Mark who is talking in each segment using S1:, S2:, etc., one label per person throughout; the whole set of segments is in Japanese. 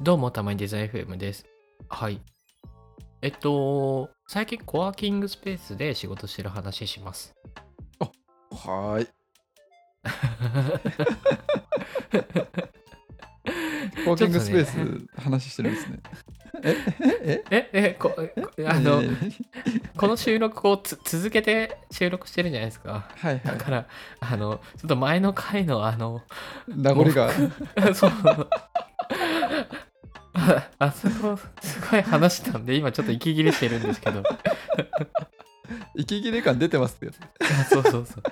S1: どうも、たまにデザイン FM です。はい。えっと、最近コワーキングスペースで仕事してる話します。
S2: は ーい。コワーキングスペー
S1: ちょっと
S2: ス話してるんですね。
S1: え、え、ここあの
S2: え、ー
S1: この収録をつ続けて収録してるじゃないですか。
S2: はいは
S1: だ
S2: い。
S1: から、あの、ちょっと前の回のあの、
S2: 名残が。
S1: そう。 ああそこ、すごい話したんで、今ちょっと息切れしてるんですけど。
S2: 息切れ感出てますよ。
S1: あそうそうそう。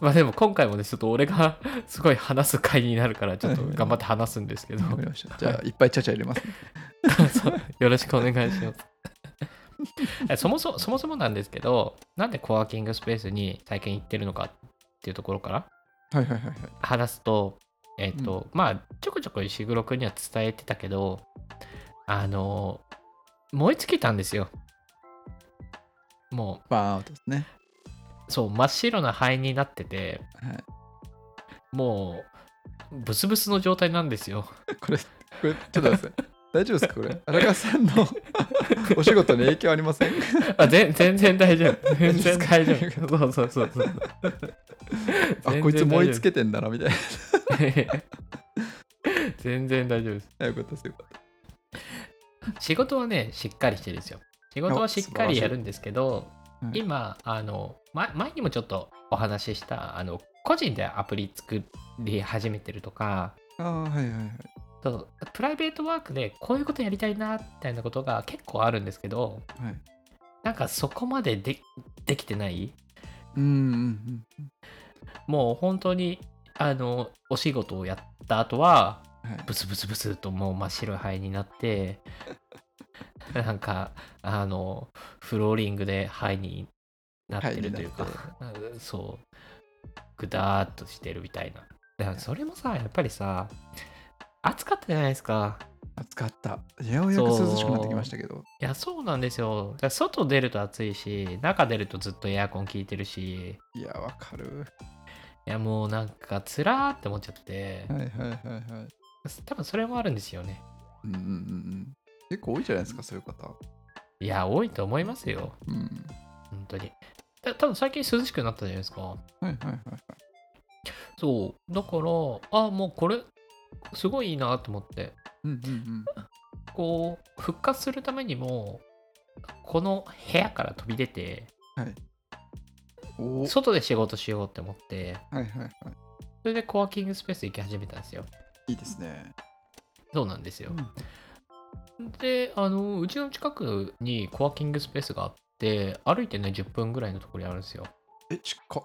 S1: まあでも今回もね、ちょっと俺がすごい話す回になるから、ちょっと頑張って話すんですけど
S2: わ、かりました。じゃあ、いっぱいちゃちゃ入れますね。
S1: そうよろしくお願いします。 えそもそもそもそもなんですけど、なんでコワーキングスペースに最近行ってるのかっていうところから
S2: はいはいはいはい。
S1: 話すと、えっ、と、まあ、ちょこちょこ石黒くんには伝えてたけど、あの、燃え尽きたんですよ。も
S2: バーンアウトですね。
S1: う、そう、真っ白な灰になってて、
S2: はい。
S1: もう、ブスブスの状態なんです よ。
S2: これ、これ、ちょっと待ってください。大丈夫ですかこれ。荒川さん のお仕事に影響ありません
S1: あぜ全然大丈 夫。全
S2: で
S1: 然
S2: すか
S1: 大丈夫。そうそうそうそう。
S2: あ、こいつ燃えつけてんだな、みたいな。
S1: 全然大丈夫です。
S2: あよかったですよかっ
S1: 仕事はね、しっかりしてるんですよ。仕事はしっかりやるんですけど、
S2: た。はい
S1: 今、あの、ま、前にもちょっとお話しした、あの、個人でアプリ作り始めてるとか、
S2: ああ、はいはいはい。
S1: そうプライベートワークでこういうことやりたいな、みたいなことが結構あるんですけど、
S2: はい、
S1: なんかそこまででできてない
S2: うんうん
S1: もう本当にあのお仕事をやった後は
S2: うん。はい
S1: ブツブツブツともう真っ白い灰になって なんかあのフローリングで灰になってるというかうんそうぐだーっとしてるみたいなだからそれもさやっぱりさ暑かったじゃないですか
S2: 暑かった。ようやく涼しくなってきましたけど。
S1: いやそうなんですよだから外出ると暑いし中出るとずっとエアコン効いてるし
S2: いや、わかる。
S1: いやもうなんかつらーって思っちゃって
S2: はいはいはいはい。
S1: 多分それもあるんですよね
S2: うんうんうんうん。結構多いじゃないですか、そういう方。
S1: いや多いと思いますよ
S2: うん。
S1: 本当にた多分最近涼しくなったじゃないですか
S2: はいはいはいはい。
S1: そうだからあもうこれすごいいいなと思って
S2: うんうんうん。
S1: こう復活するためにもこの部屋から飛び出て
S2: おー
S1: 外で仕事しようって思って
S2: はいはいはい。
S1: それでコワーキングスペース行き始めたんですよ
S2: いいですね。
S1: そうなんですよ
S2: うん
S1: であのうちの近くにコワーキングスペースがあって歩いてね10分ぐらいのところにあるんですよ
S2: え、ちっか。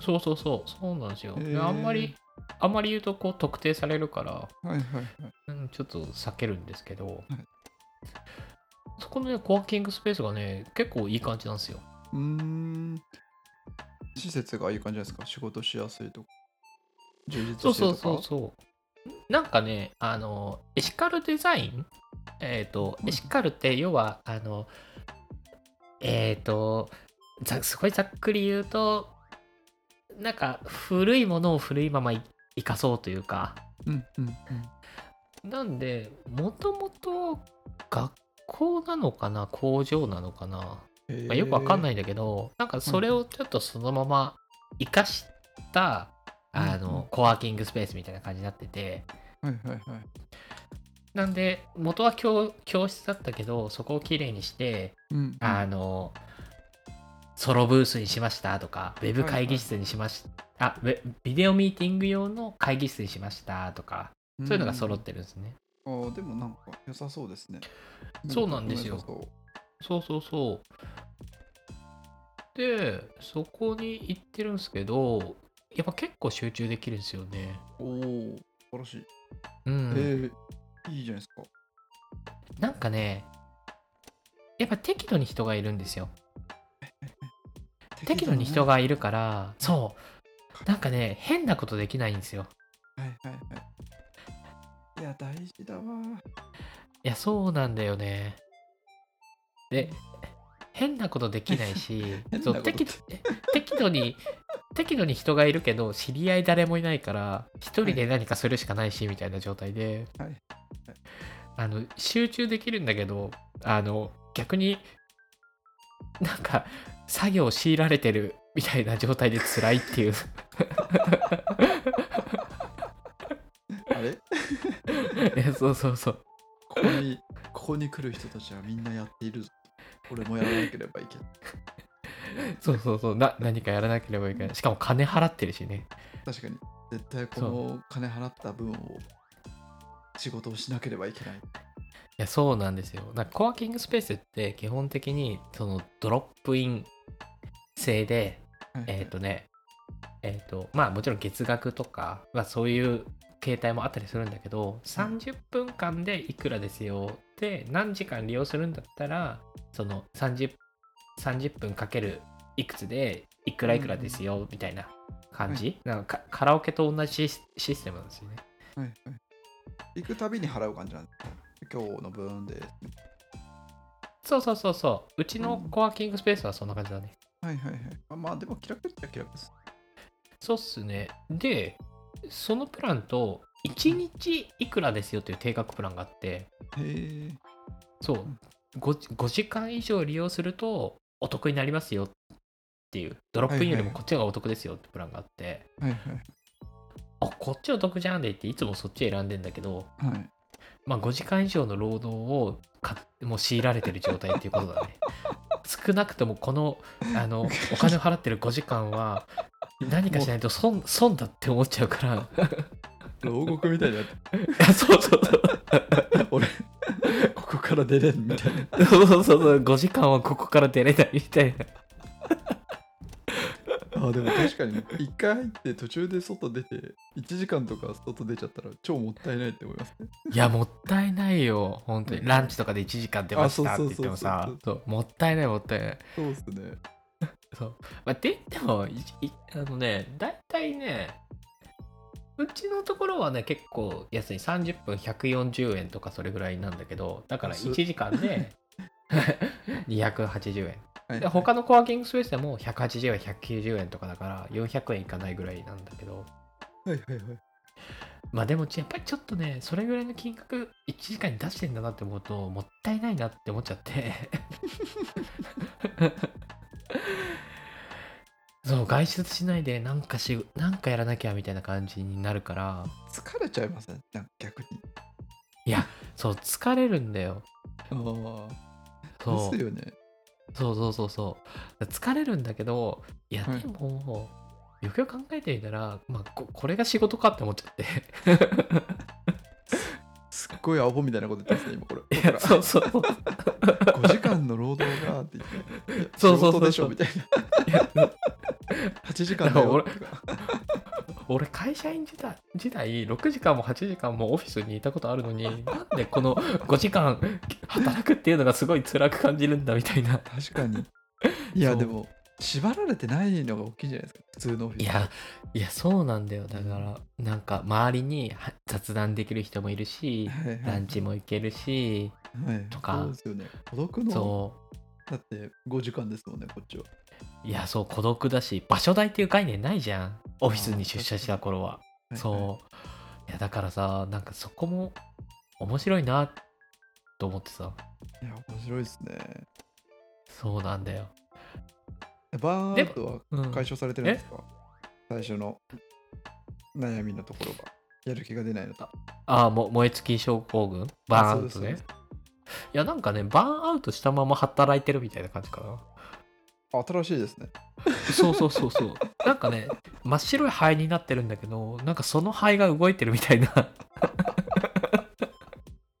S1: そうそうそう、そうなんですよ。で
S2: へー
S1: あんまり、あんまり言うとこう特定されるから、
S2: はいはいはい。
S1: うん、ちょっと避けるんですけど、そこのね、コワーキングスペースがね、結構いい感じなんですよ。
S2: うーん。施設がいい感じじゃないですか。仕事しやすいとか。充実して
S1: そう
S2: るとか。
S1: そうそうそう。なんかね、あの、エシカルデザインえっ、と、
S2: うん
S1: エシカルって要は、あの、えっ、と、ざすごいざっくり言うと、なんか古いものを古いままい生かそうというか、
S2: うんうんうん。
S1: なんでもともと学校なのかな工場なのかな、ま
S2: え。
S1: あよくわかんないいんだけどなんかそれをちょっとそのまま生かした、
S2: うん
S1: あ
S2: うんうん
S1: のコワーキングスペースみたいな感じになってて
S2: はいはいはい。
S1: なんで元は教教室だったけどそこをきれいにして
S2: うんうん。
S1: あのソロブースにしましたとかウェブ会議室にしました、あウェビデオミーティング用の会議室にしましたとかそういうのが揃ってるんですね。
S2: うん。あーでもなんか良さそうですね。
S1: そうなんですよ
S2: 良さそ
S1: そ
S2: う
S1: うそうそう。で、そこに行ってるんですけど、やっぱ結構集中できるんですよね。
S2: おお、素晴らしい。
S1: うん。
S2: ええ、いいじゃないですか。
S1: なんかね、やっぱ適度に人がいるんですよ。適度に人
S2: が。
S1: がいるから、そう。なんかね、変なことできないんですよ。
S2: はいはいはい。いや、大事だわ。
S1: いや、そうなんだよね。で、変なことできないし
S2: 変、
S1: そ
S2: なこ
S1: う
S2: とって
S1: 適適度に、適度に人がいるけど、知り合い誰もいないから、一人で何かするしかないし、みたいな状態で、
S2: はい
S1: あの集中できるんだけどあの逆になんか作業を強いられてるみたいな状態で辛いって いう
S2: あれ
S1: いやそうそうそう
S2: ここに、ここに来る人たちはみんなやっているぞ。俺もやらなければいけない。
S1: そうそうそうな何かやらなければいけないしかも金払ってるしね
S2: 確かに、絶対この金払った分を仕事をしなければいけない。
S1: いやそうなんですよなんかコワーキングスペースって基本的にそのドロップイン制で
S2: はい
S1: えっ、とねえっ、とまあもちろん月額とか、まあ、そういう形態もあったりするんだけど30分間でいくらですよで何時間利用するんだったらその 30, 30分かけるいくつでいくらいくらですよみたいな感じ、なんかカカラオケと同じシスシステムなんですよね
S2: はいはい、行くたびに払う感じなんですか今日の分で。
S1: そうそうそうそううちのコワーキングスペースはそんな感じだね
S2: はいはいはい。あまあでも気楽っちゃ気楽です。
S1: そうっすね。で、そのプランと、1日いくらですよという定額プランがあって、
S2: へえ。
S1: そう、5, 時間以上利用するとお得になりますよっていう、ドロップインよりもこっちがお得ですよってプランがあって、
S2: はいはい。
S1: あこっちお得じゃんで言って、いつもそっち選んでんだけど、
S2: はい、
S1: まあ5時間以上の労働をかもう強いられてる状態っていうこと だね。少なくともこのあのお金を払ってる5時間は何かしないと損損だって思っちゃう から。
S2: 牢獄みたいになって、
S1: あそうそうそう。
S2: 俺、ここから出れんみたいな。
S1: そうそうそう、5時間はここから出れないみたいな。
S2: あでも確かに、一回入って途中で外出て、1時間とか外出ちゃったら超もったいないって思いますね。
S1: いや、もったいないよ、本当に。ランチとかで1時間出ましたっ
S2: あそ
S1: て
S2: う
S1: 言っ
S2: そ
S1: て
S2: うそ
S1: も
S2: うそう
S1: さ、そうもったいない、もったいない。
S2: そうっすね。
S1: そう。まあ、って言っても、いいあのね、大体ね、うちのところはね、結構安い。30分140円とかそれぐらいなんだけど、だから
S2: 安い
S1: 1時間 で280円。
S2: はい
S1: で他のコワーキングスペースでも180円、190円とかだから、400円いかないぐらいなんだけど。
S2: はいはいはい。
S1: まあでもちやっぱりちょっとねそれぐらいの金額1時間に出してんだなって思うともったいないなって思っちゃって そう外出しないでなんかしなんかやらなきゃみたいな感じになるから
S2: 疲れちゃいますね、なんか逆に。
S1: そう疲れるんだよ
S2: ああ。
S1: そう
S2: ですよね。
S1: そうそうそうそう疲れるんだけどいや
S2: はい
S1: でも、よくよく考えてみたら、まあ、ここれが仕事かって思っちゃって
S2: すっごいアホみたいなこと言ってますね、今これ。
S1: いやそうそうそう
S2: 5時間の労働がって言って、いや
S1: そうそうそうそう
S2: 仕事でしょみたいな。8時間だよとか。
S1: 俺会社員時代時代6時間も8時間もオフィスにいたことあるのに なんでこの5時間働くっていうのがすごい辛く感じるんだみたいな
S2: 確 かに。いや、
S1: そう
S2: でも、縛られてないのが大きいじゃないですか、普通のオフィス。
S1: いやいやそうなんだよだからなんか周りには雑談できる人もいるし
S2: はいはい、
S1: ランチも行けるし
S2: はい
S1: とか
S2: そうですよね。孤独の、
S1: そ
S2: だって5時間ですもんね、こっちは。
S1: ういやそう孤独だし場所代っていう概念ないじゃんオフィスに出社した頃はそういやだからさなんかそこも面白いなと思ってさ
S2: う。いや、面白いですね。
S1: そうなんだよ、
S2: バーとは
S1: うん、
S2: 解消されてるんですか最初の悩みのところが。やる気が出ないのと。
S1: ああ、も燃え尽き症候群バーンアウト
S2: そうで
S1: ね
S2: す。
S1: いや、なんかね、バーンアウトしたまま働いてるみたいな感じかな。
S2: 新しいですね。
S1: そうそうそうそう。 なんかね、真っ白い肺になってるんだけど、なんかその肺が動いてるみたいな。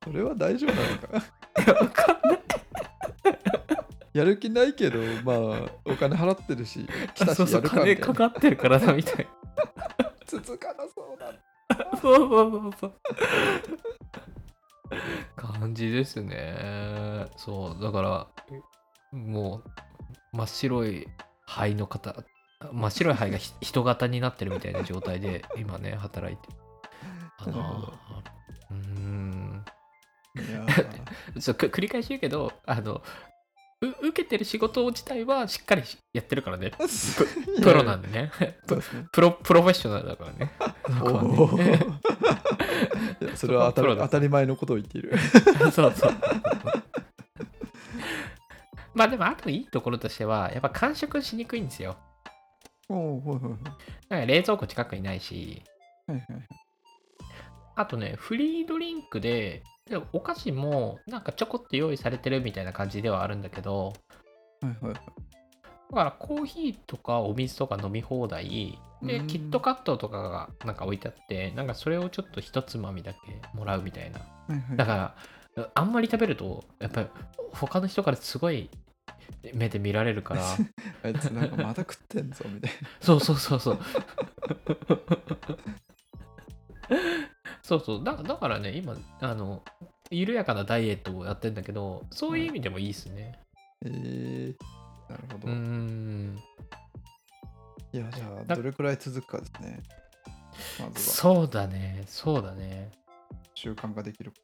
S2: それは大丈夫なのか
S1: わかん ない。
S2: やる気ないけど、まあ、お金払ってるし、来た
S1: そう
S2: し
S1: そ
S2: や
S1: う、
S2: るかみ
S1: 金
S2: たい
S1: か
S2: な。
S1: かってるからなみたい
S2: 続かなそうだ。
S1: な。そうそうそうそう。感じですね。そう、だから、もう、真っ白い肺の方、真っ白い肺が ひ人型になってるみたいな状態で、今ね、働いてるか
S2: なるほ
S1: な
S2: ど。
S1: うーん。
S2: い やー
S1: そうく繰り返し言うけど、あの、う受けてる仕事自体はしっかりしやってるからね。プロなんでね。
S2: そうですね。
S1: プロ、プロフェッショナルだからね。そこはね
S2: おー いやそれは当た
S1: プロ
S2: り
S1: だ
S2: 当たり前のことを言っている。
S1: そうそう。まあでも、あといいところとしては、やっぱ完食しにくいんですよ。
S2: おーはいはい
S1: だから冷蔵庫近くにないし、
S2: はいはいはい
S1: あとね、フリードリンクで、でもお菓子もなんかちょこっと用意されてるみたいな感じではあるんだけど、
S2: はいはいはい
S1: だからコーヒーとかお水とか飲み放題、で、
S2: うん
S1: キットカットとかがなんか置いてあって、なんかそれをちょっと一つまみだけもらうみたいな。
S2: はいはい
S1: だから、あんまり食べると、やっぱり他の人からすごい目で見られるから、
S2: あいつなんかまた食ってんぞみたい
S1: そうそうそうそう。そうそうだだからね今あの緩やかなダイエットをやってんだけどそういう意味でもいいですね、
S2: な。えー、なるほど。
S1: うーん
S2: いや、じゃあ、
S1: だ
S2: どれくらい続くかですね。まずは、
S1: そうだねそうだね
S2: 習慣ができる。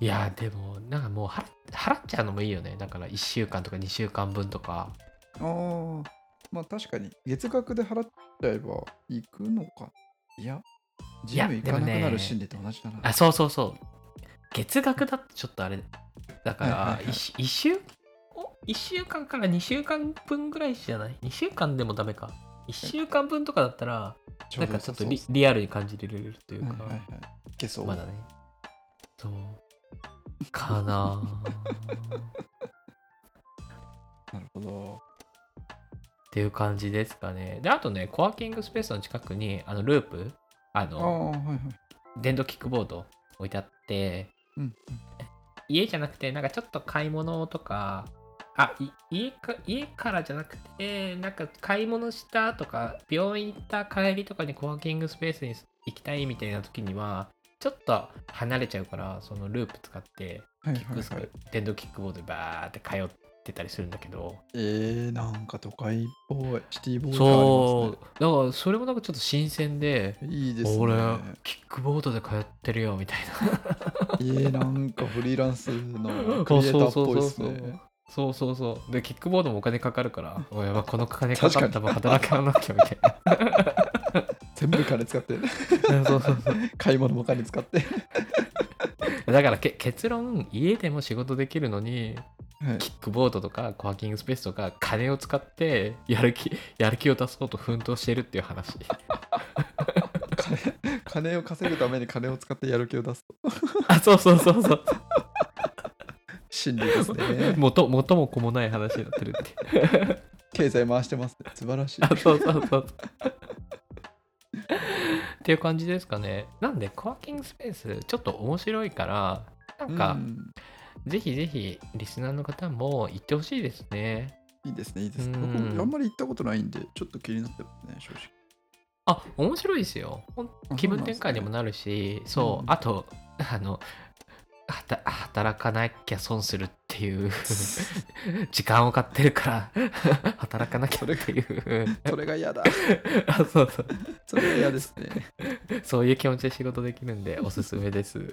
S1: いやでもなんかもう払っ払っちゃうのもいいよねだから1週間とか2週間分とか
S2: ああ、まあ確かに、月額で払っちゃえば行くのか。いや、
S1: い
S2: ジ
S1: や
S2: ム行かなく
S1: で
S2: な
S1: もね
S2: る心理と同じだな。
S1: あそうそうそう月額だってちょっとあれだか
S2: はい
S1: ら
S2: はいはい
S1: 1, 週お一週間から2週間分ぐらいじゃない2週間でもダメか1週間分とかだったら
S2: ち
S1: な
S2: ょ
S1: ん
S2: う
S1: か
S2: ど良
S1: ちょ
S2: さ
S1: っと
S2: そう
S1: リ
S2: す
S1: リアルに感じれるという
S2: はい
S1: か、
S2: はいはい。いけそう。
S1: まだねそうかなあっ
S2: なるほど。
S1: ていう感じですかねであとねコワーキングスペースの近くにあのループあ
S2: あ
S1: の
S2: あ、はいはい。
S1: 電動キックボード置いてあって
S2: うん。
S1: 家じゃなくてなんかちょっと買い物とかあい家か家からじゃなくてなんか買い物したとか病院行った帰りとかにコワーキングスペースに行きたいみたいな時にはちょっと離れちゃうからそのループ使って
S2: はい
S1: キッ
S2: は
S1: ク
S2: い
S1: ス
S2: はい。
S1: 電動キックボードでバーって通ってたりするんだけど
S2: えー、なんか都会っぽい。シティボーイ感あり
S1: そ
S2: ま
S1: うだからそれもなんかちょっと新鮮です
S2: ね。いいですね。
S1: 俺キックボードで通ってるよみたいな。
S2: えー、なんかフリーランスのクリエイターっぽいですね。
S1: そうそうそう。で、キックボードもお金かかるから、おいやばいこの金かかった分働かなきゃみたい
S2: 全部金 使って、
S1: な。そうそうそ
S2: 買い物も金使って。
S1: う。だからけ結論、家でも仕事できるのに、
S2: はい
S1: キックボードとかコワーキングスペースとか、金を使ってやる気やる気を出そうと奮闘してるっていう話。
S2: 金金を稼ぐために金を使ってやる気を出すと
S1: あ、そうそうそうそう。
S2: 心理で すね。
S1: 元元も子もない話になってる って。
S2: 経済回してますね。素晴らしい。
S1: あ、そうそうそう。っていう感じですかね。なんで、コワーキングスペース、ちょっと面白いから、なんか、
S2: うん
S1: ぜひぜひリスナーの方も行ってほしいですね。
S2: いいですね、いいですね。
S1: う
S2: 僕
S1: ん
S2: もあんまり行ったことないんで、ちょっと気になってますね、正
S1: あ面白いですよ。ほん
S2: 直。
S1: 気分転換にも
S2: な
S1: なるし、そう,、
S2: うん
S1: あとあのはた働かなきゃ損するっていう 時間を買ってるから働かなきゃっていう。
S2: それが嫌だ。
S1: あそうそう
S2: それが嫌ですね。
S1: そういう気持ちで仕事できるんでおすすめです。